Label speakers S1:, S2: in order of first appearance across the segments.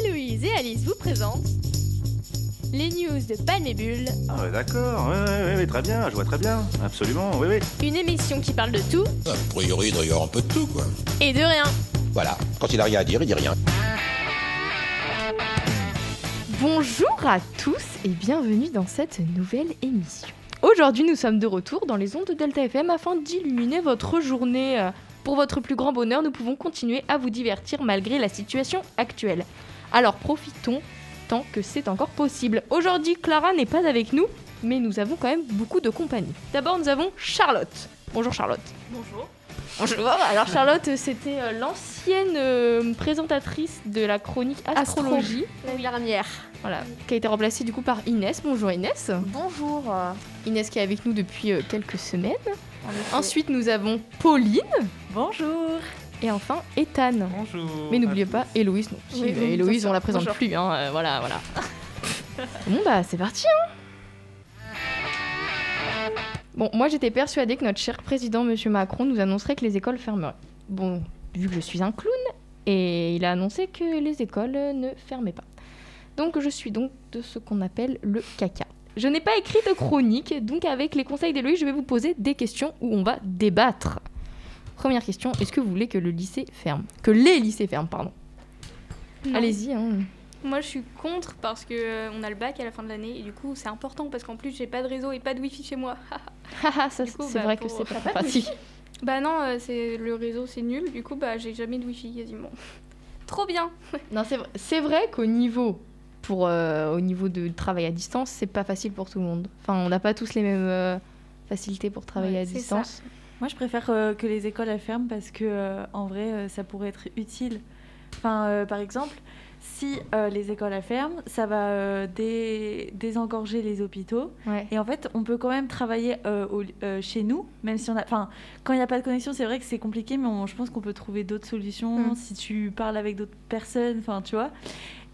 S1: Héloïse et Alice vous présentent les news de Palme et Bulle,
S2: Ah ouais, d'accord, oui, oui, très bien, je vois très bien, absolument, oui, oui.
S1: une émission qui parle de tout
S3: A priori, il doit y avoir un peu de tout, quoi.
S1: et de rien.
S3: Voilà. Quand il a rien à dire, il dit rien.
S4: Bonjour à tous et bienvenue dans cette nouvelle émission. Aujourd'hui, nous sommes de retour dans les ondes de Delta FM afin d'illuminer votre journée. Euh, Pour votre plus grand bonheur, nous pouvons continuer à vous divertir malgré la situation actuelle. Alors profitons tant que c'est encore possible. Aujourd'hui, Clara n'est pas avec nous, mais nous avons quand même beaucoup de compagnie. D'abord, nous avons Charlotte. Bonjour Charlotte.
S1: Bonjour.
S4: Bonjour. Alors Charlotte, c'était euh, l'ancienne euh, présentatrice de la chronique astrologie.
S1: La dernière.
S4: Voilà, qui a été remplacée du coup par Inès. Bonjour Inès.
S5: Bonjour.
S6: Euh,
S4: Inès qui est avec nous depuis euh, quelques semaines. Ensuite, nous avons Pauline
S5: Bonjour.
S4: et enfin Ethan.
S2: Bonjour.
S4: Mais n'oubliez pas Héloïse. Non. Si,
S5: Oui,
S4: bah,
S5: oui,
S4: Héloïse,
S5: bien
S4: on la
S5: sûr.
S4: présente
S5: Bonjour.
S4: plus. Hein, euh, voilà, voilà. bon bah, c'est parti. Hein bon, moi j'étais persuadée que notre cher président Monsieur Macron nous annoncerait que les écoles fermeraient. Bon, vu que je suis un clown, et il a annoncé que les écoles euh, ne fermaient pas. Donc je suis donc de ce qu'on appelle le caca. Je n'ai pas écrit de chronique, donc avec les conseils d'Héloïse, je vais vous poser des questions où on va débattre. Première question, est-ce que vous voulez que le lycée ferme Que les lycées ferment, pardon. Allez-y. hein.
S6: Moi, je suis contre parce que euh, on a le bac à la fin de l'année et du coup, c'est important parce qu'en plus, j'ai pas de réseau et pas de wifi chez moi.
S4: Haha, Ah, ça,
S6: Du coup,
S4: c'est
S6: bah,
S4: vrai
S6: pour-
S4: que c'est pas
S6: T'as pas de
S4: pratique.
S6: bah non, euh, c'est le réseau, c'est nul. Du coup, bah j'ai jamais de wifi quasiment. Trop bien.
S4: Non, c'est vrai, c'est vrai qu'au niveau pour euh, au niveau de travail à distance, c'est pas facile pour tout le monde. Enfin, on n'a pas tous les mêmes euh, facilités pour travailler
S6: Ouais,
S4: à
S6: c'est
S4: distance.
S5: Moi, je préfère euh, que les écoles elles ferment parce que, euh, en vrai, euh, ça pourrait être utile. Enfin, euh, par exemple, si euh, les écoles elles ferment, ça va euh, dé- désengorger les hôpitaux.
S4: Ouais.
S5: Et en fait, on peut quand même travailler euh, au- euh, chez nous, même si on a. Enfin, quand il n'y a pas de connexion, c'est vrai que c'est compliqué, mais on- je pense qu'on peut trouver d'autres solutions
S4: Mm.
S5: si tu parles avec d'autres personnes, enfin, tu vois.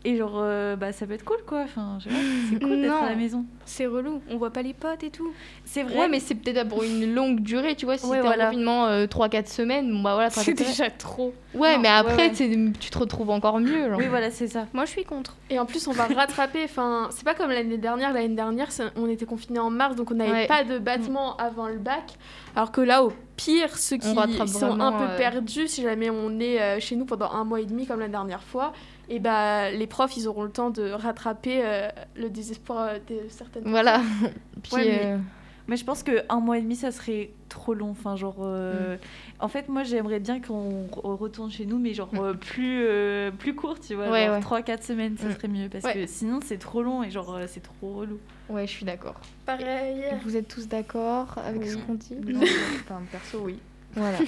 S5: Et genre, euh, bah, ça peut être cool, quoi. Enfin, je sais pas, c'est cool d'être
S6: Non.
S5: à la maison.
S6: C'est relou. On voit pas les potes et tout.
S5: C'est vrai.
S4: Ouais, mais c'est peut-être pour une longue durée, tu vois, si
S5: Ouais,
S4: t'es en
S5: voilà.
S4: confinement 3-4 semaines, bon, bah voilà, 3-4
S6: C'est
S4: semaines.
S6: déjà trop.
S4: Ouais,
S6: Non,
S4: mais
S6: ouais,
S4: après,
S6: ouais.
S4: c'est- tu te retrouves encore mieux. genre.
S5: Oui, voilà, c'est ça.
S6: Moi, je suis contre.
S7: Et en plus, on va rattraper. Enfin, c'est pas comme l'année dernière. L'année dernière, c'est- on était confinés en mars, donc on n'avait
S4: Ouais. Mm.
S7: pas de battement avant le bac. Alors que là, au pire, ceux qui
S4: rattrape
S7: sont
S4: vraiment,
S7: un peu
S4: euh,
S7: perdus, si jamais on est euh, chez nous pendant un mois et demi comme la dernière fois, et bah les profs, ils auront le temps de rattraper euh, le désespoir euh, de certaines.
S4: Voilà. Puis,
S5: Ouais, mais-
S4: euh,
S5: Mais je pense que un mois et demi, ça serait trop long. Enfin, genre, euh, en fait, moi, j'aimerais bien qu'on re- retourne chez nous, mais genre euh, plus euh, plus court, tu vois,
S4: Ouais, ouais.
S5: 3-4 semaines, ça
S4: Mm.
S5: serait mieux, parce
S7: Ouais.
S5: que sinon, c'est trop long et genre, euh, c'est trop relou.
S4: ouais, je suis d'accord.
S7: Pareil.
S4: Vous êtes tous d'accord avec ce qu'on dit
S8: Enfin, perso, oui.
S4: Voilà.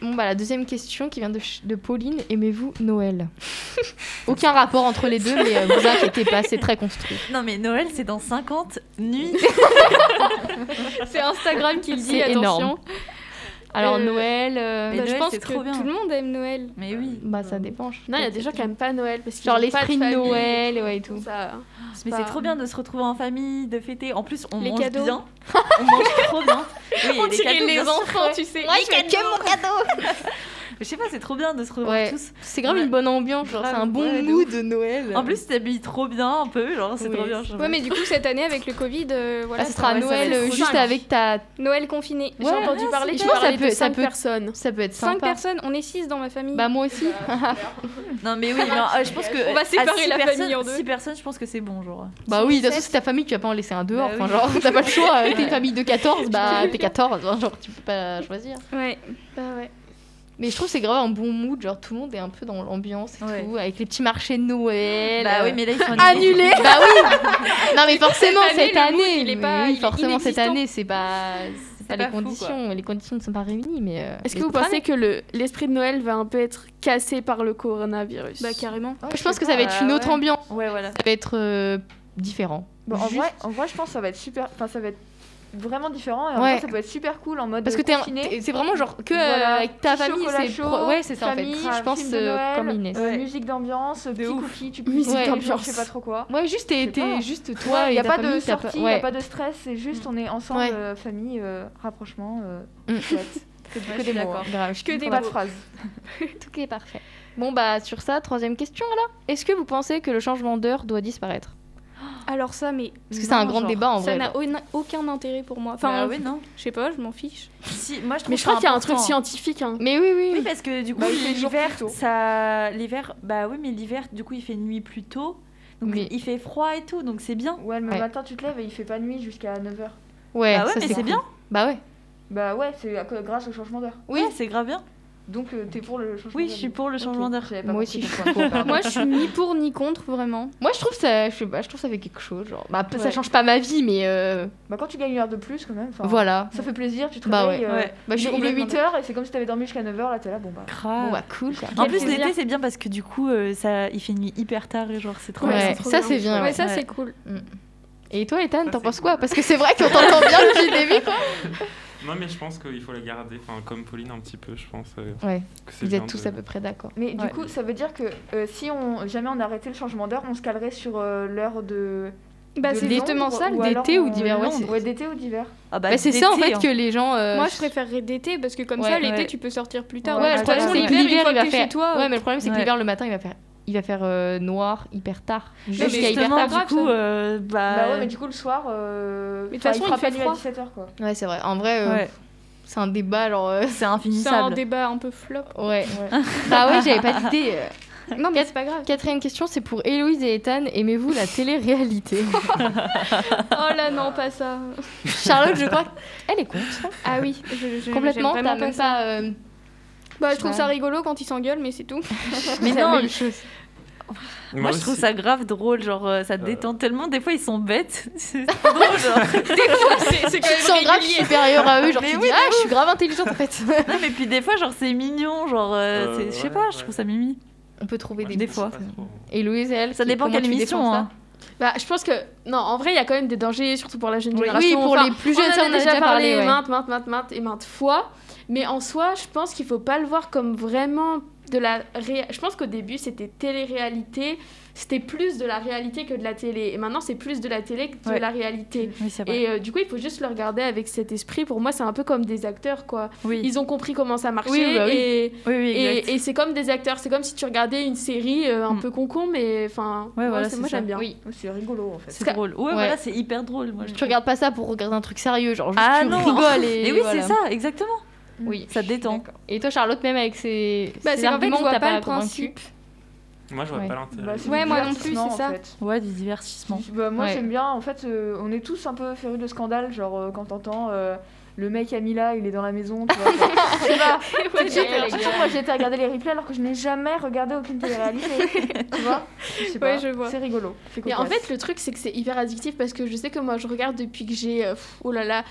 S4: bon, bah, la deuxième question qui vient de, Ch- de Pauline aimez-vous Noël Aucun rapport entre les deux, mais euh, vous inquiétez pas, c'est très construit.
S5: Non, mais Noël, c'est dans 50 nuits.
S6: C'est Instagram qui le dit.
S4: C'est énorme.
S6: Attention.
S4: Alors,
S7: Euh,
S4: Noël. euh,
S5: mais
S6: Bah, je
S5: Noël,
S6: pense
S5: c'est
S6: que
S5: trop bien.
S6: tout le monde aime Noël.
S5: mais oui.
S4: Bah, ça dépend. je-
S7: Non, il y a des gens qui aiment pas Noël parce qu'ils
S4: Genre
S7: ont pas de
S4: l'esprit de
S7: famille.
S4: Noël, ouais, et tout.
S7: Ça,
S5: Mais
S7: pas-
S5: c'est trop bien de se retrouver en famille, de fêter. En plus, on
S6: Les
S5: mange
S6: cadeaux.
S5: bien. On mange trop bien. Oui,
S6: On
S5: les
S6: dirait
S5: cadeaux, bien
S6: les
S5: sûr.
S6: enfants, tu sais.
S5: Je sais pas, c'est trop bien de se retrouver
S4: Ouais.
S5: tous.
S4: C'est grave
S5: Ouais.
S4: une bonne ambiance, genre, c'est un
S5: Grave,
S4: bon
S5: ouais, de
S4: mood de Noël.
S5: En plus, tu t'habilles trop bien un peu, genre, c'est
S4: Oui.
S5: trop bien. je
S6: Ouais, mais du coup, cette année avec le Covid, euh,
S4: Bah,
S6: voilà.
S4: ce
S6: ça
S4: sera
S6: va- ça va
S4: Noël
S6: être
S4: euh,
S6: trop
S4: juste
S6: dingue.
S4: avec ta.
S6: Noël confiné.
S4: Ouais,
S7: J'ai entendu parler,
S4: je
S7: tu
S4: pense que ça
S7: parlais
S4: peut-
S7: de
S4: ça
S7: 5
S4: peut-
S7: personnes.
S4: Ça peut être
S6: 5
S4: sympa.
S6: personnes, on est 6 dans ma famille.
S4: Bah, moi aussi.
S5: Non mais oui, mais, euh, je pense que
S6: On va
S5: à
S6: séparer
S5: six
S6: la
S5: personnes-
S6: famille en deux.
S5: Six personnes, je pense que c'est bon, genre.
S4: Bah oui, de toute façon,
S6: sept.
S4: c'est ta famille, tu vas pas en laisser un dehors.
S5: Bah
S4: enfin,
S5: oui.
S4: genre, t'as pas le choix. T'es une
S5: Ouais.
S4: famille de 14, bah t'es 14. hein, Genre, tu peux pas choisir.
S6: Ouais.
S4: Ah Mais je trouve que c'est grave un bon mood. Genre, tout le monde est un peu dans l'ambiance et
S5: Ouais.
S4: tout, avec les petits marchés de Noël.
S5: Bah
S4: euh.
S5: oui, mais là ils sont
S4: Annulé Bah oui Non, mais forcément,
S6: Cette année,
S4: cette
S6: le mood,
S4: année.
S6: il est
S4: mais
S6: pas-
S4: oui,
S6: il est
S4: forcément, cette
S6: inexistant.
S4: année, c'est pas. c'est pas
S5: pas
S4: les
S5: fou, quoi.
S4: conditions. Les conditions ne sont pas réunies, mais. euh,
S7: Est-ce
S4: les
S7: que vous
S4: autres
S7: pensez que le- l'esprit de Noël va un peu être cassé par le coronavirus
S6: Bah, carrément.
S8: Ah,
S4: années. Je pense que ça va être
S8: euh,
S4: une autre ambiance.
S5: Ouais, voilà.
S4: Ça va être euh, différent.
S8: Bon, en,
S4: Juste-
S8: vrai, en vrai, je pense que ça va être super. Enfin, ça va être vraiment différent. Et en
S4: Ouais.
S8: vrai, ça peut être super cool en mode.
S4: Parce que t'es, un- t'es- c'est vraiment genre que euh,
S8: Voilà.
S4: avec ta
S8: Petit
S4: famille,
S8: chocolat
S4: c'est
S8: chaud,
S4: pro- ouais, c'est ça en fait. Je pense euh, comme Inès.
S8: Musique d'ambiance, petit
S5: ouf.
S8: cookie, tu peux musique
S4: d'ambiance.
S8: je sais pas trop quoi.
S4: Ouais, juste
S8: Je
S4: t'es,
S8: sais
S4: t'es
S8: pas.
S4: juste
S8: Il
S4: toi et
S8: n'y a
S4: ta
S8: pas
S4: famille,
S8: de
S4: t'as pas-
S8: sortie, il
S4: ouais.
S8: a pas de stress, c'est juste on est ensemble,
S4: Ouais.
S8: euh, famille, euh, rapprochement, euh,
S4: Mm.
S8: chouette.
S5: C'est
S4: Que des mots, hein. Grave,
S6: Que des
S8: Pas de
S6: mots.
S8: phrase.
S4: Tout est parfait. Bon bah sur ça, troisième question alors. Est-ce que vous pensez que le changement d'heure doit disparaître
S6: Alors ça, mais
S4: Parce que c'est un
S5: Non,
S4: grand
S5: genre,
S4: débat en
S6: ça
S4: vrai.
S6: n'a au- aucun intérêt pour moi.
S5: Enfin,
S6: Enfin,
S5: Bah, oui, non.
S6: je sais pas, je m'en fiche.
S5: Si, moi, je trouve
S7: Mais je crois
S5: ça
S7: qu'il y a un truc
S5: important.
S7: scientifique. hein.
S4: Mais oui, oui.
S5: Oui, parce que du coup,
S8: Bah, il fait jour
S5: l'hiver,
S8: plus tôt.
S5: ça. L'hiver, bah oui, mais l'hiver, du coup, il fait nuit plus tôt. Donc
S4: Mais-
S5: il fait froid et tout, donc c'est bien.
S8: Ouais, le
S4: Ouais.
S8: matin, tu te lèves et il fait pas nuit jusqu'à 9h.
S4: Ouais,
S5: bah ouais,
S4: ça,
S5: mais
S4: c'est
S5: c'est
S4: cool.
S5: bien.
S4: Bah ouais.
S8: Bah ouais, c'est à- grâce au changement d'heure.
S5: Oui, c'est grave bien.
S8: Donc euh, t'es pour le changement d'heure
S5: Oui, je suis pour le changement d'heure.
S4: Moi aussi, je suis
S6: Moi, je suis ni pour ni contre, vraiment.
S4: Moi je trouve ça, je, sais pas, je trouve ça fait quelque chose. Genre, bah ça
S8: Ouais.
S4: change pas ma vie, mais euh,
S8: Bah quand tu gagnes une heure de plus quand même. enfin,
S4: voilà.
S8: Ça fait plaisir, tu te
S4: Bah
S8: réveilles.
S4: ouais.
S8: euh,
S5: Ouais.
S4: Bah je suis
S8: il est
S4: complètement.
S8: 8h et c'est comme si t'avais dormi jusqu'à 9h, là t'es là, bon bah.
S4: Bon
S5: Grave.
S4: bah cool. quoi.
S5: En
S6: Quel
S5: plus,
S6: plaisir.
S5: l'été, c'est bien parce que du coup, euh, ça, il fait nuit hyper tard et genre, c'est trop
S4: Ouais,
S5: bien.
S4: ça c'est bien.
S6: Ouais,
S4: ouais. Mm.
S6: ça,
S5: Ouais.
S6: c'est cool.
S4: Et toi, Ethan, t'en penses quoi Parce que c'est vrai qu'on t'entend bien depuis le début. Quoi.
S9: Non, mais je pense qu'il faut la garder, enfin, comme Pauline un petit peu, je pense. euh,
S4: Ouais.
S9: que c'est
S4: Vous
S9: bien
S4: êtes tous
S9: de-
S4: à peu près d'accord.
S8: Mais du
S5: Ouais.
S8: coup, ça veut dire que euh, si on jamais on arrêtait le changement d'heure, on se calerait sur euh, l'heure de.
S6: Bah,
S8: de
S6: c'est
S8: Londres
S6: justement ça,
S8: ou
S4: d'été
S8: alors,
S4: ou d'hiver,
S8: euh,
S4: ouais, c'est-
S8: Londres. Ouais, d'été ou d'hiver.
S5: Ah bah,
S4: Bah, c'est ça en
S5: d'été,
S4: fait
S5: hein.
S4: que les gens. euh,
S6: Moi, je préférerais d'été parce que comme
S4: Ouais.
S6: ça, l'été,
S5: Ouais.
S6: tu peux sortir plus tard.
S8: Ouais,
S4: Ouais,
S8: le
S4: le
S8: problème,
S4: problème c'est
S8: c'est
S4: que l'hiver il
S6: une fois
S4: va
S6: que t'es
S4: faire.
S6: chez toi.
S4: ouais, mais le problème c'est que
S5: Ouais.
S4: l'hiver le matin il va faire, il va faire euh, noir hyper tard.
S5: Mais
S4: Jusqu'à hyper
S5: justement,
S4: tard.
S5: du coup, euh, bah.
S8: Bah ouais, mais du coup, le soir. euh,
S6: Mais de
S8: enfin,
S6: toute façon,
S8: fera
S6: il
S8: pas
S6: fait
S8: nuit
S6: froid.
S8: à 17h quoi.
S4: Ouais, c'est vrai. En vrai, euh,
S5: ouais.
S4: c'est un débat genre. euh,
S5: C'est
S6: C'est un
S5: infinissable.
S6: débat un peu flop.
S4: Ouais. bah ouais, j'avais pas d'idée. euh.
S6: Non, mais c'est pas grave.
S4: Quatrième question, c'est pour Héloïse et Ethan. Aimez-vous la télé-réalité
S6: Oh là, non, pas ça.
S4: Charlotte, je crois. que- Elle est contre.
S6: Ah oui, je, je-
S4: Complètement.
S6: j'aime
S4: T'as
S6: vraiment pas
S4: même
S6: ça.
S4: pas. euh,
S6: Bah,
S4: je
S6: je trouve
S4: sais
S6: ça
S4: pas.
S6: rigolo quand ils s'engueulent, mais c'est tout.
S5: Mais
S4: la
S5: non,
S4: même chose.
S9: Moi,
S5: moi, je trouve
S9: aussi.
S5: ça grave drôle. Genre, euh, ça te détend tellement. Des fois, ils sont bêtes. C'est trop drôle. genre.
S6: c'est
S4: Tu te sens grave supérieure à eux. Genre,
S5: Mais
S4: tu te
S5: oui,
S4: dis, ah, je suis grave intelligente en fait.
S5: Non, mais puis des fois, genre, c'est mignon. Genre, euh,
S9: Euh,
S5: c'est- je sais
S9: ouais,
S5: pas, je
S9: ouais.
S5: trouve ça mimi.
S4: On peut trouver
S9: Moi,
S4: des.
S9: je
S5: des
S9: trouve
S5: fois.
S9: ça pas trop.
S4: Héloïse, elle.
S5: Ça
S4: qui-
S5: dépend
S4: comment
S5: quelle
S4: tu défends
S5: émission.
S4: ça
S5: hein.
S7: Bah, je pense que. Non, en vrai, il y a quand même des dangers, surtout pour la jeune
S4: Oui,
S7: génération.
S4: pour
S7: Enfin,
S4: les plus jeunes, ça, on a déjà parlé. ouais.
S7: maintes, maintes, maintes, maintes et maintes fois. Mais en soi, je pense qu'il faut pas le voir comme vraiment de la. réa- Je pense qu'au début, c'était télé-réalité. C'était plus de la réalité que de la télé. Et maintenant, c'est plus de la télé que de
S5: Ouais.
S7: la réalité.
S5: Oui, c'est vrai.
S7: Et euh, du coup, il faut juste le regarder avec cet esprit. Pour moi, c'est un peu comme des acteurs, quoi.
S5: Oui,
S7: Ils ont compris comment ça marchait.
S5: Oui, bah oui.
S7: Et,
S5: oui, oui, exact.
S7: et, et c'est comme des acteurs. C'est comme si tu regardais une série euh, un
S5: Mm.
S7: peu concon, mais enfin.
S5: Ouais,
S7: moi,
S5: voilà,
S7: c'est-
S5: c'est
S7: moi,
S5: ça.
S7: j'aime bien.
S4: Oui.
S8: Oh, C'est rigolo en fait.
S5: C'est drôle. Ouais, voilà, c'est hyper drôle. Moi, je
S4: hein. Tu regardes pas ça pour regarder un truc sérieux, genre juste
S5: Ah
S4: tu
S5: non.
S4: rigoles et.
S5: Mais oui,
S4: voilà.
S5: c'est ça, exactement.
S4: Oui.
S5: Ça détend.
S4: Et toi, Charlotte, même avec ses.
S6: Bah, c'est
S4: ses
S6: qu'en fait,
S4: arguments,
S6: je vois
S4: t'as
S6: pas le
S4: convaincu.
S6: principe.
S9: Moi, je vois
S4: Ouais.
S9: pas l'intérêt.
S8: Bah, c'est
S6: Ouais,
S8: du
S6: moi non plus,
S8: divertissement,
S6: c'est
S8: en
S6: ça.
S8: fait.
S5: Ouais, du divertissement.
S8: Si, bah, moi
S4: Ouais.
S8: j'aime bien, en fait euh, on est tous un peu férus de scandales, genre euh, quand t'entends euh, le mec à Mila, il est dans la maison, tu vois. genre, je sais pas, tout de suite,
S4: ouais, les
S8: tout de suite, moi j'ai été regarder les replays alors que je n'ai jamais regardé aucune télé-réalité, tu vois. Je sais pas,
S6: Ouais, je vois.
S8: c'est rigolo. c'est
S7: Mais en
S8: cocasse.
S7: fait, le truc, c'est que c'est hyper addictif parce que je sais que moi, je regarde depuis que j'ai. euh, pff, oh là là.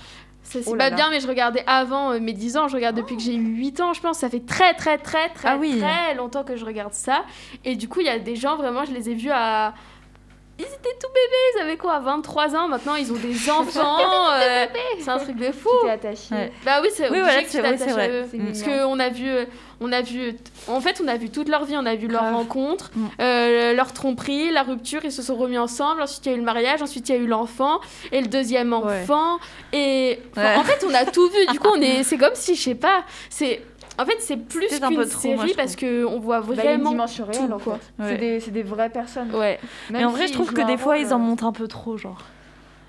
S7: ça, C'est
S8: Oh là
S7: pas
S8: là.
S7: bien, mais je regardais avant euh, mes 10 ans. Je regarde depuis que j'ai 8 ans, je pense. Ça fait très, très, très, très,
S5: Ah oui.
S7: très longtemps que je regarde ça. Et du coup, il y a des gens, vraiment, je les ai vus à. Ils étaient tout bébés, ils avaient quoi, à 23 ans Maintenant, ils ont des enfants. euh, c'est un truc de fou.
S8: t'es attaché.
S5: Ouais.
S7: Bah oui, c'est
S5: Oui,
S7: obligé
S5: voilà,
S7: que
S5: c'est
S7: tu
S5: vrai,
S7: t'attaches
S5: c'est
S7: à
S5: vrai.
S7: eux.
S8: C'est
S7: Parce
S8: mignon.
S7: qu'on a vu, euh, on a vu, en fait, on a vu toute leur vie, on a vu leur
S5: Grave.
S7: rencontre,
S5: Mm.
S7: euh, leur tromperie, la rupture, ils se sont remis ensemble, ensuite il y a eu le mariage, ensuite il y a eu l'enfant, et le deuxième
S5: Ouais.
S7: enfant, et enfin,
S5: Ouais.
S7: en fait, on a tout vu, du coup, on est, c'est comme si, je sais pas, c'est, en fait, c'est plus
S5: peut-être un
S7: qu'une
S5: peu trop, moi,
S7: série
S5: je
S7: parce que on voit
S8: Bah, il y a une
S7: vraiment.
S8: dimension réelle,
S7: tout,
S8: en fait.
S7: quoi.
S5: Ouais.
S8: C'est des, c'est des vraies personnes.
S7: Ouais.
S8: Même
S5: Mais en vrai,
S8: s'ils
S5: je trouve
S8: jouent
S5: que
S8: un
S5: des fois,
S8: rôle,
S5: ils en
S8: euh,
S5: montrent un peu trop, genre.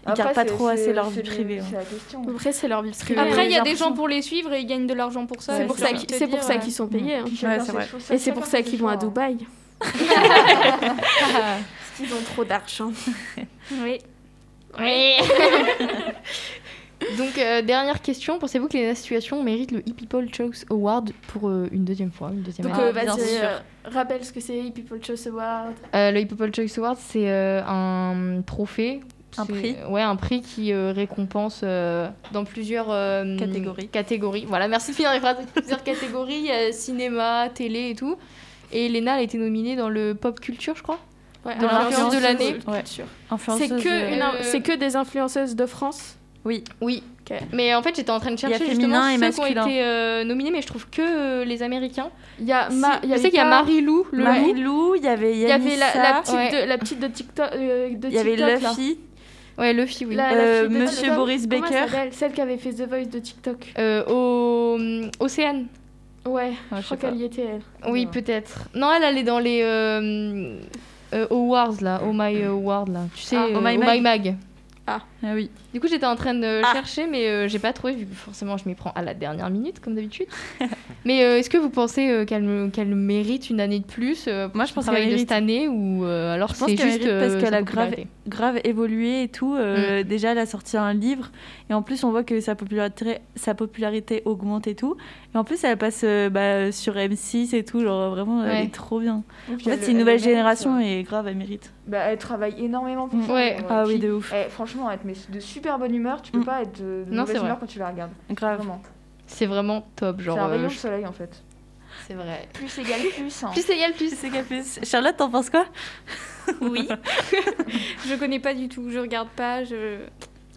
S5: Ils
S8: après,
S5: gardent pas
S8: c'est-
S5: trop assez
S8: c'est-
S5: leur vie
S8: c'est-
S5: privée. hein.
S8: C'est la question.
S5: Mm.
S7: Après, c'est leur vie privée.
S6: Après, il y a des
S5: j'ai
S6: gens
S5: l'impression.
S6: pour les suivre et ils gagnent de l'argent pour ça.
S7: c'est
S8: Ouais,
S7: pour
S8: c'est
S7: ça,
S8: ça.
S7: qu'ils- c'est pour
S5: euh,
S7: ça qu'ils
S5: mm.
S7: sont payés. hein.
S8: Puis chacun
S5: Ouais, c'est
S8: ses
S5: vrai.
S8: choses,
S7: Et c'est pour
S8: chacun
S7: ça
S8: ses
S7: qu'ils vont
S8: choix,
S7: à Dubaï.
S8: hein.
S4: Ah.
S7: Ils ont trop d'argent.
S6: Oui.
S4: Donc, euh, dernière question. Pensez-vous que les situations méritent le Hippie People Choice Award pour euh, une deuxième fois une deuxième
S7: Donc,
S4: année
S7: euh,
S5: bien
S7: vas-y,
S5: sûr.
S7: euh, rappelle ce que c'est Hippie People Choice Award.
S4: Euh, Le Hippie People Choice Award, c'est euh, un trophée.
S5: Un
S4: C'est-
S5: prix.
S4: Ouais, un prix qui euh, récompense euh, dans plusieurs euh,
S5: Catégories.
S4: catégories. Voilà, merci de finir les phrases. plusieurs catégories il y a cinéma, télé et tout. Et Lena, elle a été nominée dans le pop culture, je crois.
S7: Ouais,
S4: Dans
S7: alors,
S4: l'influence de l'année.
S5: Ouais.
S7: C'est
S5: Influenceuse,
S7: que, une-
S5: euh,
S4: euh,
S7: c'est que des influenceuses de France.
S4: Oui.
S7: Ok.
S4: Mais en fait, j'étais en train de
S5: y a
S4: chercher justement
S5: féminin
S4: ceux
S5: et
S4: qui ont
S5: masculin.
S4: été euh, nominés, mais je trouve que euh, les Américains.
S7: Il y a, Ma-
S4: Si,
S7: il y
S4: je sais qu'il y a
S7: pas-
S4: Marie-Lou, le
S5: Marie-Lou, il y avait
S7: Il y avait la, la
S5: Yanissa,
S7: petite
S4: Ouais.
S7: de, la petite de TikTok. euh, de
S5: il y avait
S7: TikTok, là.
S5: Luffy.
S4: Ouais, Luffy, oui.
S7: La-
S5: Euh,
S7: fille de
S5: Monsieur
S7: TikTok,
S5: Boris
S7: comment elle
S5: Baker.
S7: s'appelle Celle qui avait fait The Voice de TikTok.
S4: Euh, au... euh, Océane.
S7: Ouais,
S5: je
S7: je crois
S5: sais pas.
S7: qu'elle y était, elle.
S4: Oui,
S5: Non.
S4: peut-être. Non, elle allait dans les euh, euh, awards là, Oh My Award là. Tu sais,
S5: Ah,
S4: euh,
S5: Oh My
S4: Oh
S5: Mag.
S4: My Mag.
S5: Ah oui.
S4: Du coup, j'étais en train de
S5: Ah.
S4: chercher, mais euh, j'ai pas trouvé, vu que forcément je m'y prends à la dernière minute, comme d'habitude. mais euh, est-ce que vous pensez euh, qu'elle me- qu'elle mérite une année de plus euh, pour
S5: Moi, je
S4: son
S5: pense qu'elle
S4: travail de
S5: mérite.
S4: cette année ou euh, alors
S5: Je pense
S4: c'est
S5: qu'elle
S4: juste
S5: mérite parce
S4: euh,
S5: qu'elle
S4: sa
S5: a grave-
S4: popularité
S5: grave évolué et tout. Euh,
S4: Mm.
S5: Déjà, elle a sorti un livre et en plus, on voit que sa popularité, sa popularité augmente et tout. Et en plus, elle passe euh, bah, sur M6 et tout. Genre, vraiment,
S4: Ouais.
S5: elle est trop bien.
S8: En
S5: en fait, c'est une nouvelle génération et grave, elle mérite.
S8: Bah, elle travaille énormément pour ça.
S4: Ouais.
S8: euh,
S5: Ah oui,
S8: puis-
S5: de ouf.
S8: eh, franchement, elle te met de super bonne humeur, tu peux
S5: Mm.
S8: pas être de,
S4: Non,
S8: de
S4: c'est
S8: mauvaise humeur
S4: vrai.
S8: quand tu la regardes.
S5: Grave.
S8: Vraiment.
S4: C'est vraiment top, genre.
S8: c'est un
S4: euh,
S8: rayon de
S4: je-
S8: soleil en fait.
S4: c'est vrai.
S8: Plus égale plus. hein.
S4: Plus égal plus.
S5: C'est qu'elle fait- Charlotte, t'en penses quoi
S6: Oui. je connais pas du tout, je regarde pas, je.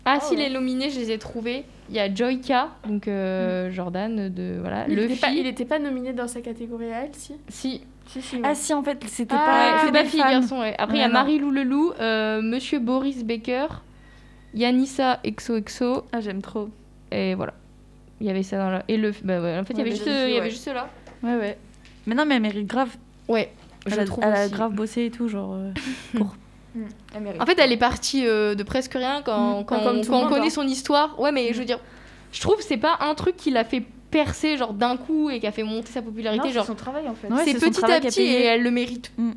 S4: Ah
S8: Oh,
S4: si
S8: ouais.
S4: les nominés, je les ai trouvés. Il y a Joyka, donc euh,
S5: Mm.
S4: Jordan de voilà,
S7: Il
S4: Luffy.
S7: était, pas, il était pas nominé dans sa catégorie à elle, si
S4: Si,
S8: Si, si.
S5: Ah si, en fait, c'était
S7: Ah,
S5: pas.
S4: Ouais,
S5: que
S4: c'est pas
S5: des
S4: fille et
S5: femmes.
S4: garçon, ouais. Après, il y a
S5: Ouais, Ah, non.
S4: Marie-Lou Leloup, euh, Monsieur Boris Baker, Yanissa XOXO,
S5: Ah, j'aime trop.
S4: et voilà. Il y avait ça dans la... Et le... Bah ouais, en fait, il y
S8: Ouais,
S4: avait
S8: mais
S4: juste,
S8: le
S4: euh, il y
S8: jeu,
S4: avait
S8: ouais.
S4: juste là.
S5: Ouais, ouais. Mais non, mais elle mérite grave.
S4: Ouais,
S5: Elle,
S4: je
S5: a,
S4: trouve
S5: elle a
S4: aussi.
S5: grave bossé et tout, genre. euh,
S8: Mm, elle mérite.
S4: En fait, elle est partie euh, de presque rien quand,
S7: Mm,
S4: quand,
S7: comme
S4: on,
S7: tout
S4: quand
S7: le
S4: on
S7: monde,
S4: connaît
S7: hein.
S4: son histoire. Ouais, mais je veux dire, je trouve que c'est pas un truc qui l'a fait percer genre d'un coup et qui a fait monter sa
S8: Non,
S4: popularité.
S8: c'est
S4: genre,
S8: son travail en fait.
S5: Ouais,
S4: c'est
S5: c'est son
S4: petit à
S5: travail qui a
S4: petit
S5: payé.
S4: et elle le mérite
S5: Mm.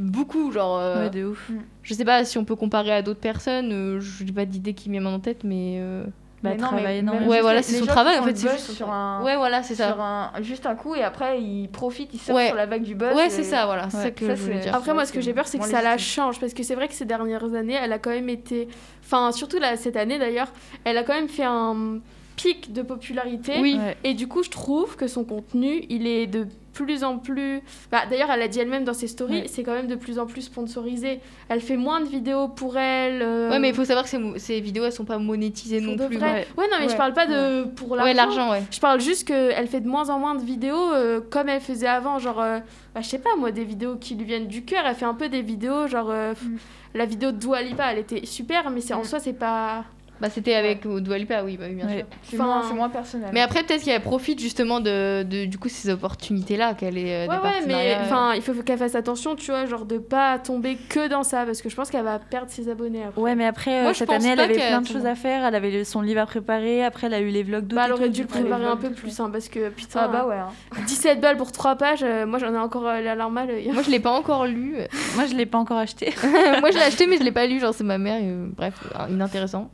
S4: beaucoup. Genre, euh,
S5: Ouais, de ouf.
S4: je sais pas si on peut comparer à d'autres personnes. euh, je n'ai pas d'idée qui m'est en tête, mais. euh,
S5: Bah,
S8: Mais non,
S5: travaille
S8: mais-
S5: énormément.
S8: mais
S4: Ouais,
S8: juste
S4: voilà,
S8: les-
S4: c'est
S8: les
S4: son
S8: gens qui
S4: travail, en
S8: font
S4: fait,
S8: le
S4: c'est
S8: buzz
S4: juste-
S8: sur un.
S4: Ouais, voilà, c'est ça.
S8: Sur un, juste un coup et après il profite, il sort
S4: Ouais.
S8: sur la vague du buzz.
S4: Ouais,
S8: et-
S4: c'est ça, voilà, c'est
S5: ouais,
S4: ça que
S8: ça,
S4: je voulais
S8: c'est-
S4: dire.
S7: Après, moi, ce
S8: c'est
S7: que j'ai peur, c'est Ah, que
S8: moins
S7: ça la
S8: légitime.
S7: change. Parce que c'est vrai que ces dernières années, elle a quand même été. Enfin, surtout là, cette année d'ailleurs, elle a quand même fait un pic de popularité.
S4: Oui,
S5: Ouais.
S7: Et du coup, je trouve que son contenu, il est de plus en plus. Bah, D'ailleurs, elle a dit elle-même dans ses stories,
S5: Ouais.
S7: c'est quand même de plus en plus sponsorisé. Elle fait moins de vidéos pour elle. euh,
S4: ouais, mais il faut savoir que ces, mo- ces vidéos elles sont pas monétisées
S7: pour
S4: non
S7: de
S4: plus.
S7: vrai.
S4: Ouais,
S7: Ouais. non, mais je
S8: Ouais.
S7: parle pas de pour l'argent.
S4: Ouais, l'argent, ouais.
S7: Je parle juste qu'elle fait de moins en moins de vidéos euh, comme elle faisait avant. Genre, euh, bah, je sais pas moi, des vidéos qui lui viennent du cœur. Elle fait un peu des vidéos, genre euh, pff,
S8: Mm.
S7: la vidéo de Dua Lipa, elle était super, mais c'est en
S8: Mm.
S7: soi, c'est pas.
S4: Bah, c'était avec euh, Dua Lipa, oui, bah, oui, bien
S5: Ouais.
S4: sûr.
S8: C'est
S7: Enfin,
S8: moins, c'est moins personnel.
S4: Mais après, peut-être qu'elle profite justement de, de- du coup ces opportunités là, qu'elle est euh,
S7: Ouais,
S4: des
S7: ouais, mais
S4: partenariats, euh.
S7: enfin, il faut qu'elle fasse attention, tu vois, genre de pas tomber que dans ça, parce que je pense qu'elle va perdre ses abonnés. après.
S5: Ouais, mais après,
S4: Moi,
S5: euh,
S4: je
S5: cette
S4: pense
S5: année, elle
S4: pas
S5: avait
S4: qu'elle
S5: plein de
S4: tombe.
S5: choses à faire. Elle avait le- son livre à préparer. Après, elle a eu les vlogs d'août.
S7: Bah,
S5: et
S7: elle aurait
S5: tout,
S7: dû le
S5: du coup, elle
S7: préparer
S5: avait-
S7: un peu plus, hein, parce que putain,
S8: Ah bah ouais. hein.
S7: 17 balles pour 3 pages, euh, moi j'en ai encore euh, la larme à l'œil.
S4: Moi, je l'ai pas encore lu.
S5: Moi, je l'ai pas encore acheté.
S4: Moi, je l'ai acheté, mais je l'ai pas lu. Genre, c'est ma mère. euh, bref, euh, inintéressant.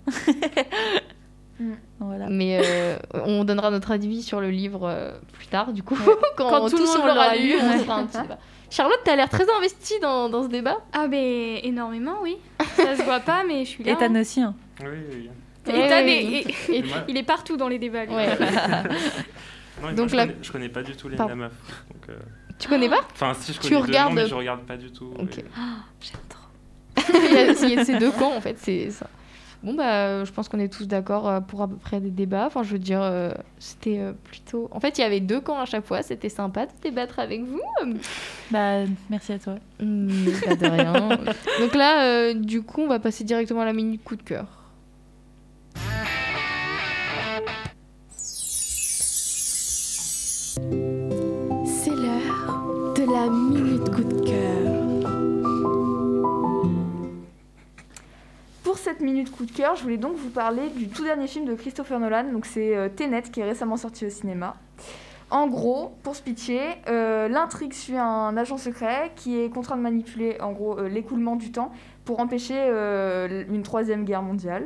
S5: voilà.
S7: Ah.
S4: Mais euh, on donnera notre avis sur le livre euh, plus tard, du coup, quand,
S7: Quand tout le
S4: tous
S7: monde
S4: on l'aura
S7: l'aura
S4: lu.
S7: lu,
S4: on
S7: ouais.
S4: fera un petit débat. Charlotte, t'as l'air très investie dans, dans ce débat.
S6: Ah, mais énormément, oui. Ça se voit pas, mais je suis là.
S5: Et
S6: hein.
S5: Ethan aussi. hein.
S9: Oui, oui, oui.
S6: Et Ethan
S4: Ouais.
S6: est- est-
S9: Et moi-
S6: il est partout dans les débats. lui.
S4: Ouais.
S9: Non, mais
S4: Donc
S9: moi, je,
S4: la-
S9: connais, je connais pas du tout Léna
S4: Pardon.
S9: Meuf. Donc, euh,
S4: tu connais pas
S9: Enfin, si je
S4: Tu
S9: connais deux
S4: regardes-
S9: noms, mais je regarde pas du tout.
S4: Ok.
S9: et-
S5: J'aime trop.
S4: Il y a- il y a ces deux camps, en fait, c'est ça. Bon, bah, euh, je pense qu'on est tous d'accord euh, pour à peu près des débats. Enfin, je veux dire, euh, c'était euh, plutôt. En fait, il y avait deux camps à chaque fois. C'était sympa de débattre avec vous.
S5: Bah, merci à toi.
S4: Hmm, pas de rien. Donc là, euh, du coup, on va passer directement à la minute coup de cœur.
S7: C'est l'heure de la minute coup de cœur.
S8: Pour cette minute coup de cœur, je voulais donc vous parler du tout dernier film de Christopher Nolan, donc c'est euh, Tenet qui est récemment sorti au cinéma. En gros, pour se pitcher, euh, l'intrigue suit un agent secret qui est contraint de manipuler en gros euh, l'écoulement du temps pour empêcher euh, une troisième guerre mondiale.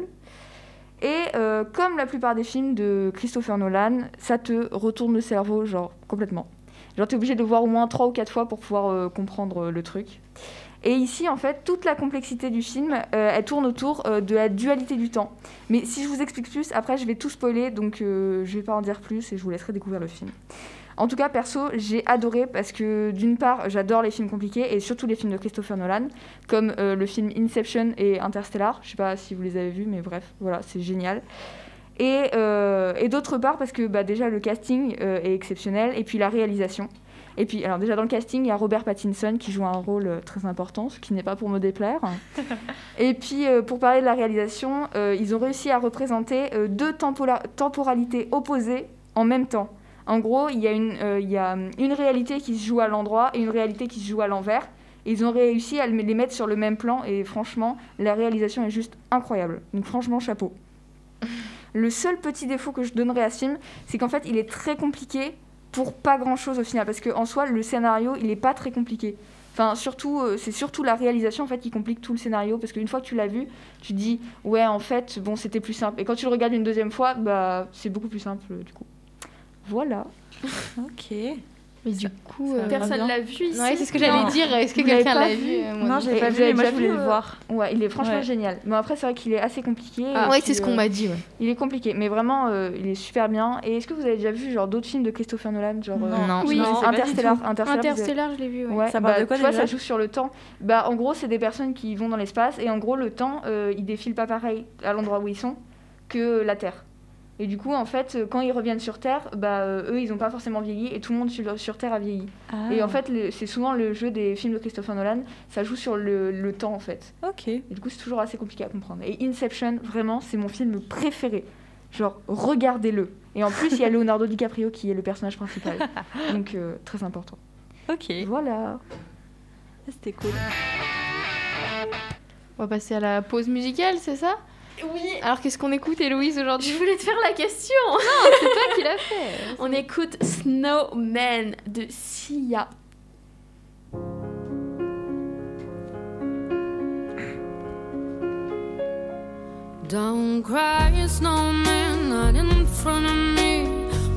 S8: Et euh, comme la plupart des films de Christopher Nolan, ça te retourne le cerveau genre complètement. Genre t'es obligé de le voir au moins trois ou quatre fois pour pouvoir euh, comprendre euh, le truc. Et ici, en fait, toute la complexité du film, euh, elle tourne autour euh, de la dualité du temps. Mais si je vous explique plus, après, je vais tout spoiler, donc euh, je vais pas en dire plus et je vous laisserai découvrir le film. En tout cas, perso, j'ai adoré parce que d'une part, j'adore les films compliqués et surtout les films de Christopher Nolan, comme euh, le film Inception et Interstellar. Je sais pas si vous les avez vus, mais bref, voilà, c'est génial. Et, euh, et d'autre part, parce que bah, déjà le casting euh, est exceptionnel et puis la réalisation. Et puis, alors déjà dans le casting, il y a Robert Pattinson qui joue un rôle euh, très important, ce qui n'est pas pour me déplaire. Et puis, euh, pour parler de la réalisation, euh, ils ont réussi à représenter euh, deux tempola- temporalités opposées en même temps. En gros, il y, a une, euh, il y a hum, une réalité qui se joue à l'endroit et une réalité qui se joue à l'envers. Et ils ont réussi à le- les mettre sur le même plan et franchement, la réalisation est juste incroyable. Donc franchement, chapeau. Le seul petit défaut que je donnerais à ce film, c'est qu'en fait, il est très compliqué pour pas grand-chose au final. Parce qu'en soi, le scénario, il est pas très compliqué. Enfin, surtout, euh, c'est surtout la réalisation en fait qui complique tout le scénario parce qu'une fois que tu l'as vu, tu te dis ouais en fait bon c'était plus simple et quand tu le regardes une deuxième fois bah c'est beaucoup plus simple euh, du coup. Voilà.
S10: Ok.
S4: Mais du coup,
S10: ça-
S4: euh,
S7: Personne
S10: bien.
S7: l'a vu ici.
S6: Ouais, c'est ce que
S10: Non.
S6: j'allais dire. Est-ce que
S8: Vous l'avez
S6: quelqu'un
S8: pas
S6: l'a
S8: vu
S6: vu euh, moi,
S10: Non,
S6: non.
S10: je l'ai
S8: vous
S10: pas
S8: avez
S10: vu, mais
S8: déjà
S10: moi je
S8: vu,
S10: voulais le
S8: euh,
S10: voir.
S8: Ouais, il est franchement
S10: Ouais.
S8: génial. Mais après c'est vrai qu'il est assez compliqué. et
S4: Ah.
S6: Ouais,
S8: puis,
S6: c'est ce qu'on
S8: euh,
S6: m'a dit. ouais.
S8: Il est compliqué, mais vraiment euh, il est super bien. Et est-ce que vous avez déjà vu genre d'autres films de Christopher Nolan genre euh,
S10: Non.
S4: non.
S10: Oui, je sais pas du
S8: Interstellar, Interstellar, vous avez-
S11: Interstellar, je l'ai vu. ouais.
S8: Ouais,
S10: Ça
S8: bah,
S10: parle de quoi,
S8: tu vois,
S10: déjà
S8: ça joue sur le temps. Bah, en gros, c'est des personnes qui vont dans l'espace et en gros, le temps, euh, il défile pas pareil à l'endroit où ils sont que la Terre. Et du coup, en fait, euh, quand ils reviennent sur Terre, bah, euh, eux, ils n'ont pas forcément vieilli et tout le monde sur, sur Terre a vieilli.
S10: Ah.
S5: Ah,
S8: Et en fait, le- c'est souvent le jeu des films de Christopher Nolan, ça joue sur le, le temps en fait.
S10: ok.
S8: Et du coup, c'est toujours assez compliqué à comprendre. Et Inception, vraiment, c'est mon film préféré. Genre, regardez-le. Et en plus, il y a Leonardo DiCaprio qui est le personnage principal. Donc, euh, très important.
S10: Ok.
S8: Voilà.
S10: C'était cool.
S4: On va passer à la pause musicale, c'est ça
S7: Oui,
S4: Alors qu'est-ce qu'on écoute, Héloïse, aujourd'hui
S7: je voulais te faire la question.
S4: C'est toi qui l'as fait.
S7: On écoute Snowman de Sia.
S5: Don't cry, snowman, not in front of me.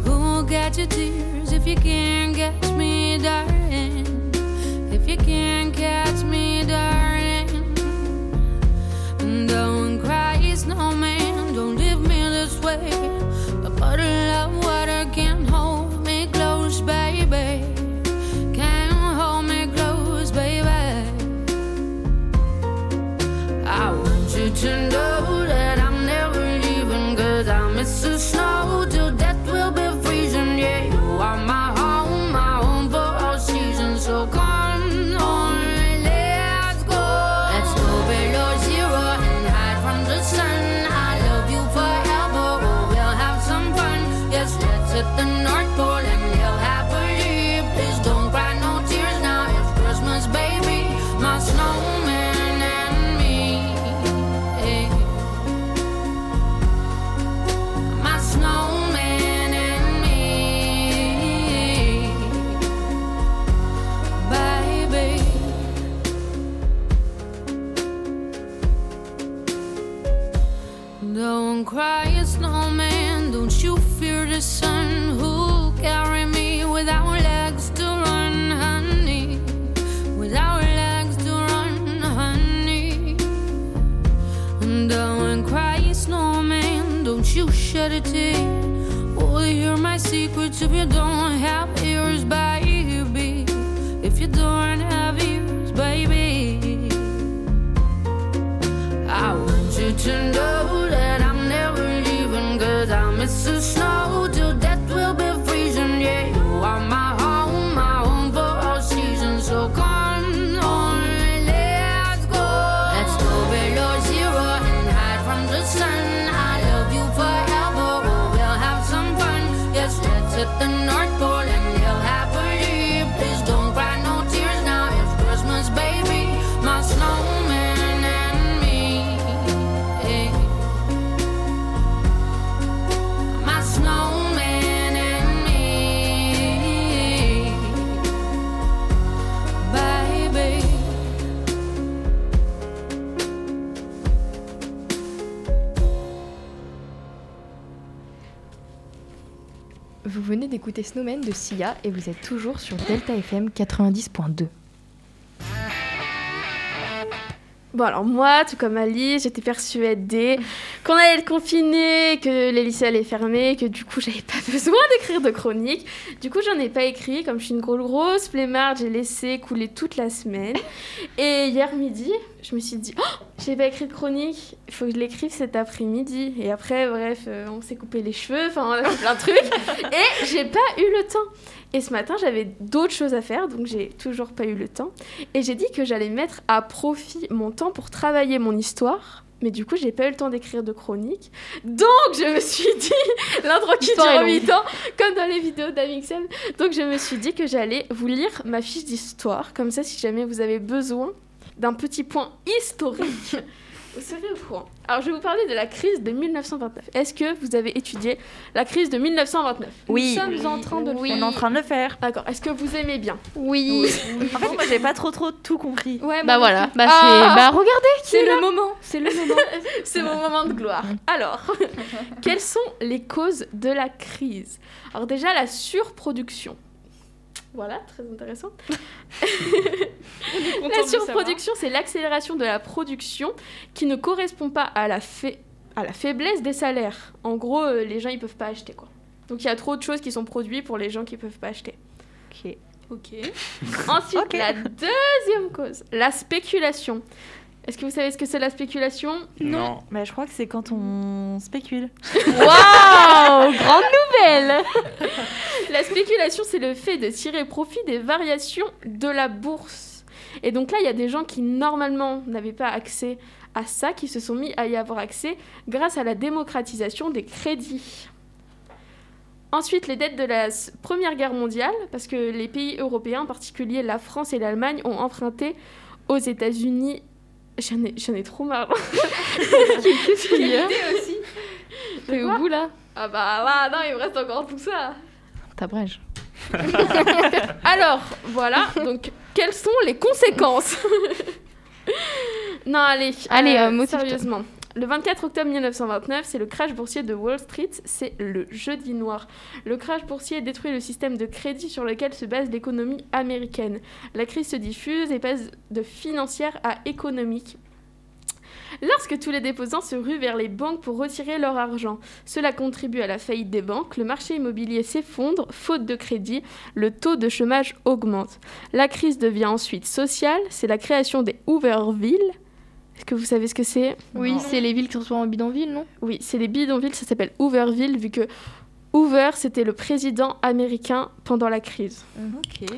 S5: Who'll get your tears if you can't catch me, darling? If you can't catch me, darling. And Don't cry, snowman, don't leave me this way. A bottle of water can't hold me close, baby. Can't hold me close, baby. I want you to know that I'm never leaving Cause I miss the snow till death will be freezing Yeah, you are my home, my home for all seasons So come on, let's go Let's go below zero and hide from the sun I love you forever, oh, we'll have some fun Yes, let's hit the North Pole and we'll happily Please don't cry no tears now, it's Christmas, baby My snowman and me my snowman and me, baby. Don't cry, snowman. Don't you fear the sun? Who'll carry me without legs to run, honey? Without legs to run, honey. And Don't cry, snowman. Don't you shed a tear. Will you hear my secrets if you don't have ears, baby? If you don't have ears, baby. I want you to know that I'm never leaving, cause I miss the snow till death will be freezing. Yeah, you are my home, my home for all seasons. So come on, let's go. Let's go below zero and hide from the sun. I love you forever, oh, we'll have some fun. Yes, let's hit the North Pole and we'll happily. Please don't cry no tears now, it's Christmas, baby. My snowman and me. My snowman and me, baby.
S4: Vous venez d'écouter Snowman de Sia et vous êtes toujours sur Delta FM 90.2.
S7: Bon alors moi, tout comme Alice, j'étais persuadée qu'on allait être confiné, que les lycées allaient fermer, que du coup j'avais pas besoin d'écrire de chronique. Du coup j'en ai pas écrit, comme je suis une grosse grosse flemmarde, j'ai laissé couler toute la semaine. Et hier midi, je me suis dit, oh, j'ai pas écrit de chronique, il faut que je l'écrive cet après-midi. Et après, bref, euh, on s'est coupé les cheveux, enfin on a fait plein de trucs. Et j'ai pas eu le temps. Et ce matin, j'avais d'autres choses à faire, donc j'ai toujours pas eu le temps. Et j'ai dit que j'allais mettre à profit mon temps pour travailler mon histoire. Mais du coup, j'ai pas eu le temps d'écrire de chronique. Donc, je me suis dit, l'intro qui
S4: L'histoire
S7: dure
S4: est longue.
S7: 8 ans, comme dans les vidéos d'Amixem. Donc, je me suis dit que j'allais vous lire ma fiche d'histoire. Comme ça, si jamais vous avez besoin d'un petit point historique, vous serez au courant. Alors, je vais vous parler de la crise de 1929. Est-ce que vous avez étudié la crise de 1929
S5: Oui.
S7: Nous sommes en train de le
S5: On est
S7: faire.
S5: en train de le faire.
S7: D'accord. Est-ce que vous aimez bien
S4: Oui.
S5: En fait, moi, j'ai pas trop trop tout compris.
S7: Ouais,
S4: Bah voilà. Bah,
S7: Ah
S4: c'est... bah regardez
S7: C'est le moment, c'est le moment. c'est mon moment de gloire. Alors, quelles sont les causes de la crise Alors déjà, la surproduction. Voilà, très intéressant. la surproduction, c'est l'accélération de la production qui ne correspond pas à la, fai- à la faiblesse des salaires. En gros, euh, les gens, ils peuvent pas acheter, quoi. Donc il y a trop de choses qui sont produites pour les gens qui peuvent pas acheter.
S6: Ok.
S7: Ensuite,
S5: Ok.
S7: la deuxième cause, la spéculation. Est-ce que vous savez ce que c'est la spéculation
S9: Non.
S5: Bah, je crois que c'est quand on spécule.
S7: Waouh Grande nouvelle La spéculation, c'est le fait de tirer profit des variations de la bourse. Et donc là, il y a des gens qui, normalement, n'avaient pas accès à ça, qui se sont mis à y avoir accès grâce à la démocratisation des crédits. Ensuite, les dettes de la s- Première Guerre mondiale, parce que les pays européens, en particulier la France et l'Allemagne, ont emprunté aux États-Unis. J'en ai, j'en ai trop marre.
S6: aussi.
S4: T'es
S7: quoi
S4: au bout là
S7: Ah bah là, non, il me reste encore tout ça.
S4: T'abrèges.
S7: Alors, voilà, donc quelles sont les conséquences Non, allez,
S4: Allez, euh, motive-toi.
S7: sérieusement. Le 24 octobre 1929, c'est le crash boursier de Wall Street, c'est le jeudi noir. Le crash boursier détruit le système de crédit sur lequel se base l'économie américaine. La crise se diffuse et passe de financière à économique. Lorsque tous les déposants se ruent vers les banques pour retirer leur argent, cela contribue à la faillite des banques, le marché immobilier s'effondre, faute de crédit, le taux de chômage augmente. La crise devient ensuite sociale, c'est la création des Hoovervilles. Est-ce que vous savez ce que c'est
S4: Oui, c'est les villes qui se retrouvent en bidonville, non
S7: Oui, c'est les bidonvilles, ça s'appelle Hooverville, vu que Hoover, c'était le président américain pendant la crise.
S4: Mhm.
S5: Ok.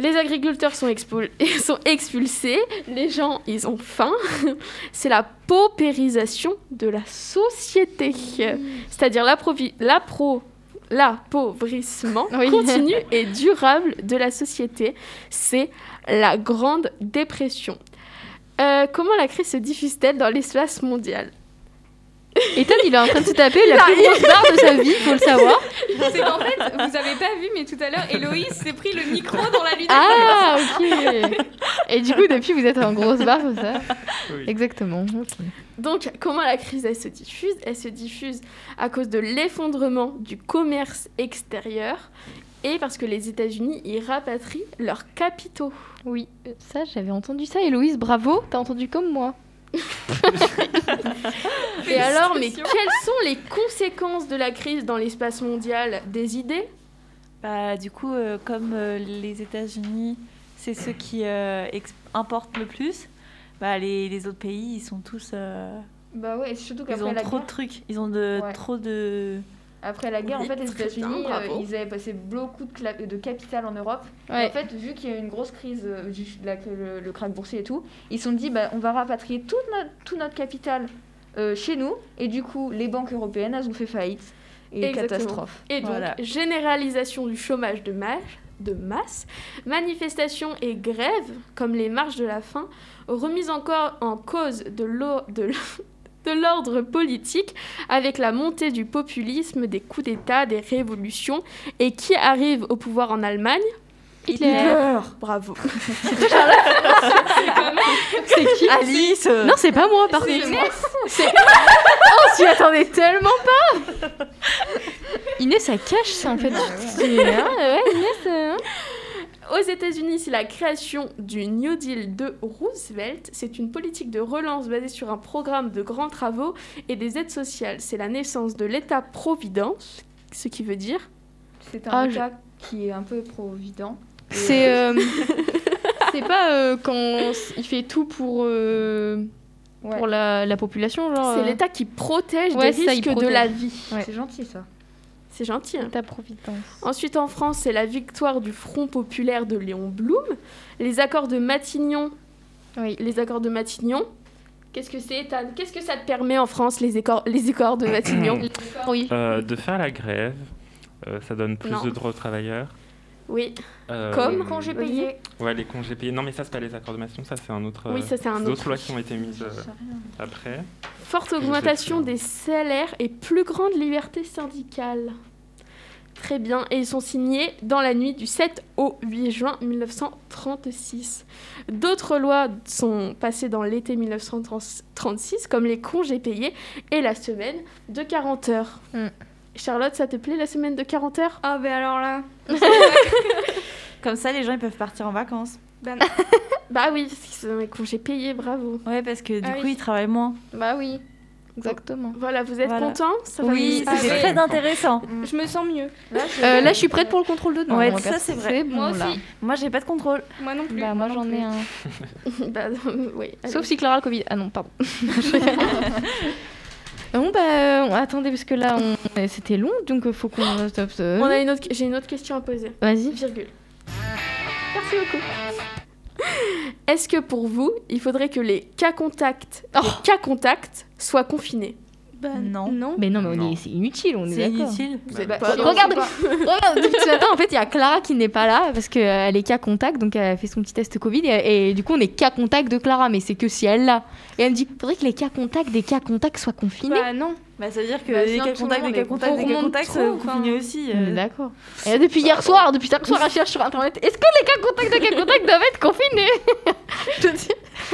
S7: Les agriculteurs sont, expul- sont expulsés, les gens, ils ont faim. C'est la paupérisation de la société,
S4: Mhm.
S7: c'est-à-dire l'approvi- l'appro- l'appauvrissement
S4: Oui.
S7: continu et durable de la société. C'est la Grande Dépression. Euh, comment la crise se diffuse-t-elle dans l'espace mondial
S4: Ethan, il est en train de se taper la plus grosse barre de sa vie, faut le savoir.
S6: C'est qu'en fait, vous avez pas vu, mais tout à l'heure, Héloïse s'est pris le micro dans la lunette.
S4: Ah, ok. Et du coup, depuis, vous êtes en grosse barre, c'est ça
S9: Oui.
S4: Exactement.
S7: Donc, comment la crise elle se diffuse Elle se diffuse à cause de l'effondrement du commerce extérieur et parce que les États-Unis y rapatrient leurs capitaux.
S4: Oui, euh, ça, j'avais entendu ça. Héloïse, bravo, t'as entendu comme moi.
S7: Et alors, mais quelles sont les conséquences de la crise dans l'espace mondial Des idées
S5: Bah, du coup, euh, comme euh, les États-Unis, c'est ceux qui euh, exp- importent le plus, bah, les, les autres pays, ils sont tous. euh,
S1: Bah ouais, surtout
S5: ils ont trop de trucs. Ils ont de,
S1: Ouais.
S5: trop de.
S1: Après la guerre, en
S6: Oui,
S1: fait, les
S6: très bien,
S1: États-Unis, euh,
S6: bravo.
S1: ils avaient passé beaucoup de, cla- de capital en Europe. Et
S4: Ouais.
S1: En fait, vu qu'il y a eu une grosse crise, euh, du, la- le, le krach boursier et tout, ils se sont dit, bah, on va rapatrier tout notre, tout notre capital euh, chez nous. Et du coup, les banques européennes, elles ont fait faillite. Et
S7: Exactement.
S1: catastrophe.
S7: Et donc,
S5: Voilà.
S7: généralisation du chômage de masse, de masse, manifestations et grèves, comme les marches de la faim, remise encore en cause de l'o- de l- de l'ordre politique avec la montée du populisme, des coups d'État, des révolutions. Et qui arrive au pouvoir en Allemagne Bravo.
S4: C'est qui
S5: Alice euh,
S4: Non, c'est pas moi, par
S7: C'est
S4: contre. Oh, tu attendais tellement pas Inès, elle cache ça, en fait. C'est- hein, ouais, Inès, euh, hein.
S7: Aux États-Unis, c'est la création du New Deal de Roosevelt. C'est une politique de relance basée sur un programme de grands travaux et des aides sociales. C'est la naissance de l'État-providence, ce qui veut dire
S1: C'est un
S4: Ah, je-
S1: état qui est un peu provident. Et,
S4: C'est...
S1: euh,
S4: euh, C'est pas euh, quand on s- il fait tout pour, euh,
S1: ouais.
S4: pour la, la population, genre...
S7: c'est
S4: euh,
S7: l'État qui protège
S4: ouais,
S7: des
S4: ça, il
S7: risques de
S4: protège.
S7: la vie.
S4: ouais.
S1: C'est gentil ça.
S7: C'est gentil. hein.
S4: Ta providence.
S7: Ensuite, en France, c'est la victoire du Front populaire de Léon Blum. Les accords de Matignon.
S4: Oui.
S7: Les accords de Matignon. Qu'est-ce que c'est, Ethan Qu'est-ce que ça te permet en France, les, accords- les accords de Matignon
S4: Oui.
S12: Euh, de faire la grève, euh, ça donne plus
S7: Non.
S12: de droits aux travailleurs.
S7: Oui.
S12: Euh,
S7: Comme
S8: Quand j'ai
S7: Olivier
S8: payé.
S12: Ouais, les congés payés. Non, mais ça, c'est pas les accords de Matignon, ça, c'est un autre.
S9: Euh,
S7: Oui, ça, c'est un
S12: c'est
S7: autre.
S12: d'autres lois qui ont été mises euh, après.
S7: Forte
S12: sais
S7: augmentation
S12: plus, hein.
S7: des salaires et plus grande liberté syndicale. Très bien, et ils sont signés dans la nuit du 7 au 8 juin 1936. D'autres lois sont passées dans l'été 1936, comme les congés payés et la semaine de 40 heures.
S4: Mm.
S7: Charlotte, ça te plaît la semaine de 40 heures
S6: Ah, ben alors là.
S5: Comme ça, les gens ils peuvent partir en vacances.
S6: Ben, non.
S7: Bah oui, parce qu'ils sont les congés payés, bravo.
S5: Ouais, parce que du
S6: Ah
S5: coup,
S6: oui.
S5: ils travaillent moins.
S4: Bah oui, exactement.
S7: Voilà, vous êtes
S5: Voilà.
S7: contents Ça va
S5: Oui,
S7: vous-
S6: Ah,
S5: c'était
S6: oui.
S5: très intéressant.
S6: je me sens mieux.
S4: Euh, là, je suis prête pour le contrôle de demain.
S5: Ouais,
S4: moi,
S5: ça,
S4: perso.
S5: c'est vrai.
S4: bon,
S6: Moi aussi.
S4: là.
S5: Moi, j'ai pas de contrôle.
S6: Moi non plus.
S4: Bah, moi, j'en ai un.
S7: Bah, oui, allez.
S4: Sauf si Clara a le Covid. Ah non, pardon. bon, bah, euh, attendez, parce que là, on... eh, c'était long, donc euh, faut qu'on. stop, stop.
S7: On a une autre... J'ai une autre question à poser.
S4: Vas-y.
S7: Virgule. Merci beaucoup. Est-ce que pour vous, il faudrait que les cas contacts,
S6: Oh.
S7: les cas contacts soient confinés
S6: Bah,
S5: Non.
S6: Non.
S4: Mais non, mais on
S12: Non.
S4: est... c'est inutile, on est,
S5: C'est
S4: d'accord.
S5: inutile.
S12: Bah,
S7: êtes
S4: Bah,
S7: pas-
S4: regardez, regardez, depuis ce matin, en fait, il y a Clara qui n'est pas là parce qu'elle est cas contact, donc elle a fait son petit test Covid et, et du coup, on est cas contact de Clara, mais c'est que si elle l'a. Et elle me dit, faudrait que les cas contacts des cas contacts soient confinés.
S6: Bah, non.
S5: Bah, ça veut dire que
S6: Bah,
S5: les
S6: sinon,
S5: cas
S6: tout le
S5: contacts, les
S6: monde
S5: cas
S6: est-
S5: contacts,
S6: on
S5: les cas
S6: remonte
S5: contacts,
S6: trop,
S5: euh,
S6: enfin.
S5: confinés aussi.
S4: On est
S5: euh.
S4: D'accord. Et là, depuis hier soir, depuis hier soir, elle cherche sur internet. Est-ce que les cas contacts de cas contacts doivent être confinés Je te dis,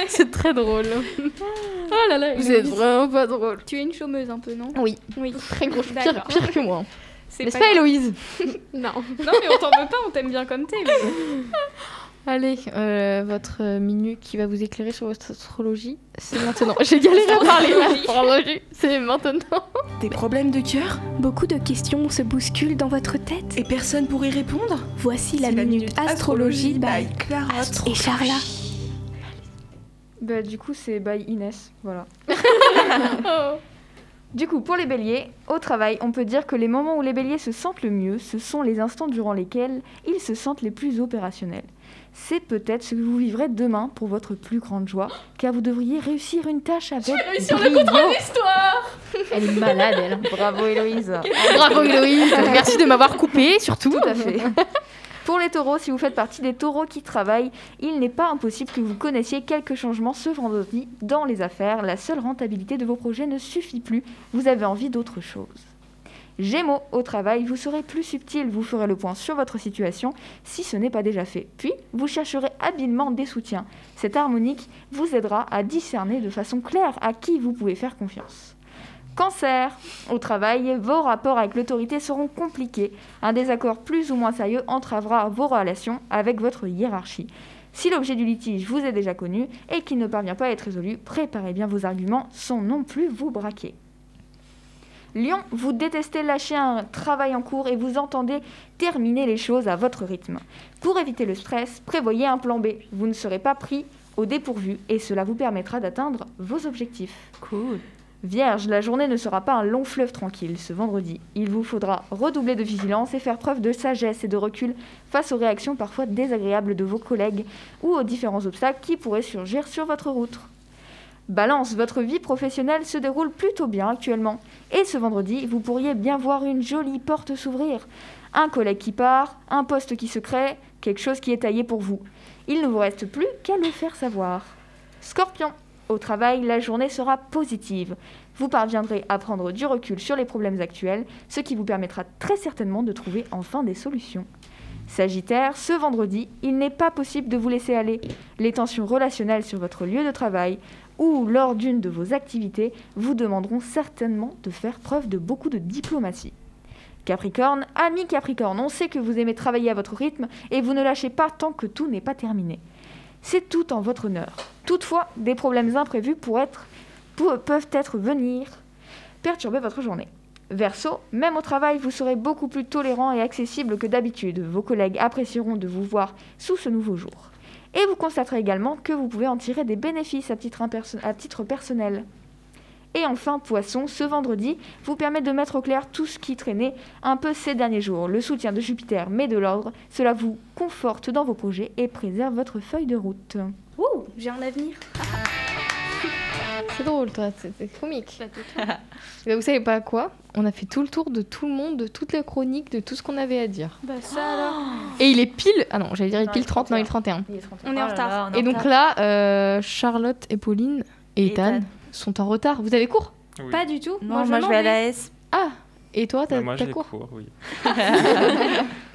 S4: c'est très drôle. Oh là là, vous êtes vraiment pas drôle.
S6: Tu es une chômeuse un peu, non
S4: Oui,
S6: Oui.
S4: très gros, pire,
S6: D'accord.
S4: pire que moi.
S6: C'est
S4: N'est-ce pas,
S6: grave.
S4: Héloïse
S7: Non.
S6: Non, mais on t'en veut pas, on t'aime bien comme t'es. mais-
S4: Allez, euh, votre euh, minute qui va vous éclairer sur votre astrologie, c'est maintenant. J'ai galéré à parler astrologie, c'est maintenant.
S13: Des problèmes de cœur
S14: Beaucoup de questions se bousculent dans votre tête.
S13: et personne pour y répondre
S14: Voici
S13: C'est astrologie by Clarotte.
S14: et Charla.
S8: Bah, du coup, c'est by Inès. Voilà. Du coup, pour les béliers, au travail, on peut dire que les moments où les béliers se sentent le mieux, ce sont les instants durant lesquels ils se sentent les plus opérationnels. C'est peut-être ce que vous vivrez demain pour votre plus grande joie, car vous devriez réussir une tâche avec.
S7: Sur le contrôle d'histoire
S4: Elle est malade, elle.
S8: Bravo Héloïse
S4: Bravo Héloïse, merci de m'avoir coupé, surtout.
S8: Tout à fait. Pour les taureaux, si vous faites partie des taureaux qui travaillent, il n'est pas impossible que vous connaissiez quelques changements ce vendredi dans les affaires. La seule rentabilité de vos projets ne suffit plus. Vous avez envie d'autre chose. Gémeaux, au travail, vous serez plus subtil, vous ferez le point sur votre situation si ce n'est pas déjà fait. Puis, vous chercherez habilement des soutiens. Cette harmonique vous aidera à discerner de façon claire à qui vous pouvez faire confiance. Cancer, au travail, vos rapports avec l'autorité seront compliqués. Un désaccord plus ou moins sérieux entravera vos relations avec votre hiérarchie. Si l'objet du litige vous est déjà connu et qu'il ne parvient pas à être résolu, préparez bien vos arguments sans non plus vous braquer. Lion, vous détestez lâcher un travail en cours et vous entendez terminer les choses à votre rythme. Pour éviter le stress, prévoyez un plan B. Vous ne serez pas pris au dépourvu et cela vous permettra d'atteindre vos objectifs.
S5: Cool.
S8: Vierge, la journée ne sera pas un long fleuve tranquille ce vendredi. Il vous faudra redoubler de vigilance et faire preuve de sagesse et de recul face aux réactions parfois désagréables de vos collègues ou aux différents obstacles qui pourraient surgir sur votre route. Balance, votre vie professionnelle se déroule plutôt bien actuellement et ce vendredi, vous pourriez bien voir une jolie porte s'ouvrir. Un collègue qui part, un poste qui se crée, quelque chose qui est taillé pour vous. Il ne vous reste plus qu'à le faire savoir. Scorpion, au travail, la journée sera positive vous parviendrez à prendre du recul sur les problèmes actuels, ce qui vous permettra très certainement de trouver enfin des solutions. Sagittaire, ce vendredi, il n'est pas possible de vous laisser aller. Les tensions relationnelles sur votre lieu de travail ou lors d'une de vos activités vous demanderont certainement de faire preuve de beaucoup de diplomatie. Capricorne, ami Capricorne, on sait que vous aimez travailler à votre rythme et vous ne lâchez pas tant que tout n'est pas terminé. C'est tout en votre honneur. Toutefois, des problèmes imprévus pour être pou- peuvent être venir perturber votre journée. Verseau, même au travail, vous serez beaucoup plus tolérant et accessible que d'habitude. Vos collègues apprécieront de vous voir sous ce nouveau jour. Et vous constaterez également que vous pouvez en tirer des bénéfices à titre, imperso- à titre personnel. Et enfin, Poisson, ce vendredi, vous permet de mettre au clair tout ce qui traînait un peu ces derniers jours. Le soutien de Jupiter met de l'ordre, cela vous conforte dans vos projets et préserve votre feuille de route.
S15: Ouh, j'ai un avenir.
S4: C'est drôle, toi, c'est c'est comique.
S6: Bah,
S15: Pas totalement.
S4: Mais Bah, vous savez pas quoi On a fait tout le tour de tout le monde, de toutes les chroniques, de tout ce qu'on avait à dire.
S15: bah ça alors.
S4: Et il est pile. Ah non, j'allais dire il est
S8: Non,
S4: pile
S8: il est
S4: 30, non, il est 31.
S15: On est en retard.
S4: Et donc là, euh, Charlotte et Pauline et
S5: Et Ethan.
S4: Ethan sont en retard. Vous avez cours
S12: Oui.
S15: Pas du tout.
S5: Non, moi je vais à la S.
S4: Ah Et toi,
S12: Bah,
S4: t'as
S12: moi,
S4: t'as
S12: j'ai
S4: cours
S12: cours, oui.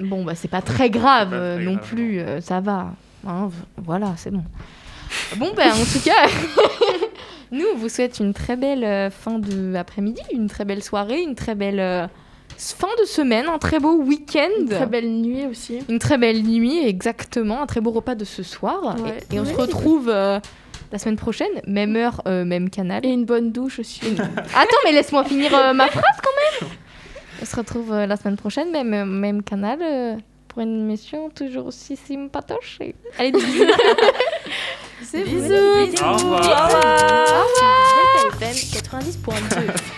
S4: Bon, bah, c'est pas très grave
S12: C'est pas
S4: euh,
S12: très
S4: non
S12: grave,
S4: plus, euh, ça va. Hein, v- voilà, c'est bon. Bon, ben, en tout cas, nous, on vous souhaite une très belle euh, fin d'après-midi, une très belle soirée, une très belle euh, s- fin de semaine, un très beau week-end.
S7: Très belle nuit aussi.
S4: Une très belle nuit, exactement, un très beau repas de ce soir.
S7: Ouais.
S4: Et, et on
S7: Ouais.
S4: se retrouve euh, la semaine prochaine, même heure, euh, même canal.
S7: Et une bonne douche aussi.
S4: Attends, mais laisse-moi finir euh, ma phrase quand même. On se retrouve euh, la semaine prochaine, même, euh, même canal, euh, pour une émission toujours aussi sympatoche. Et- Allez, bisous.
S7: C'est
S12: Au revoir.
S4: Au revoir.
S6: 90.2.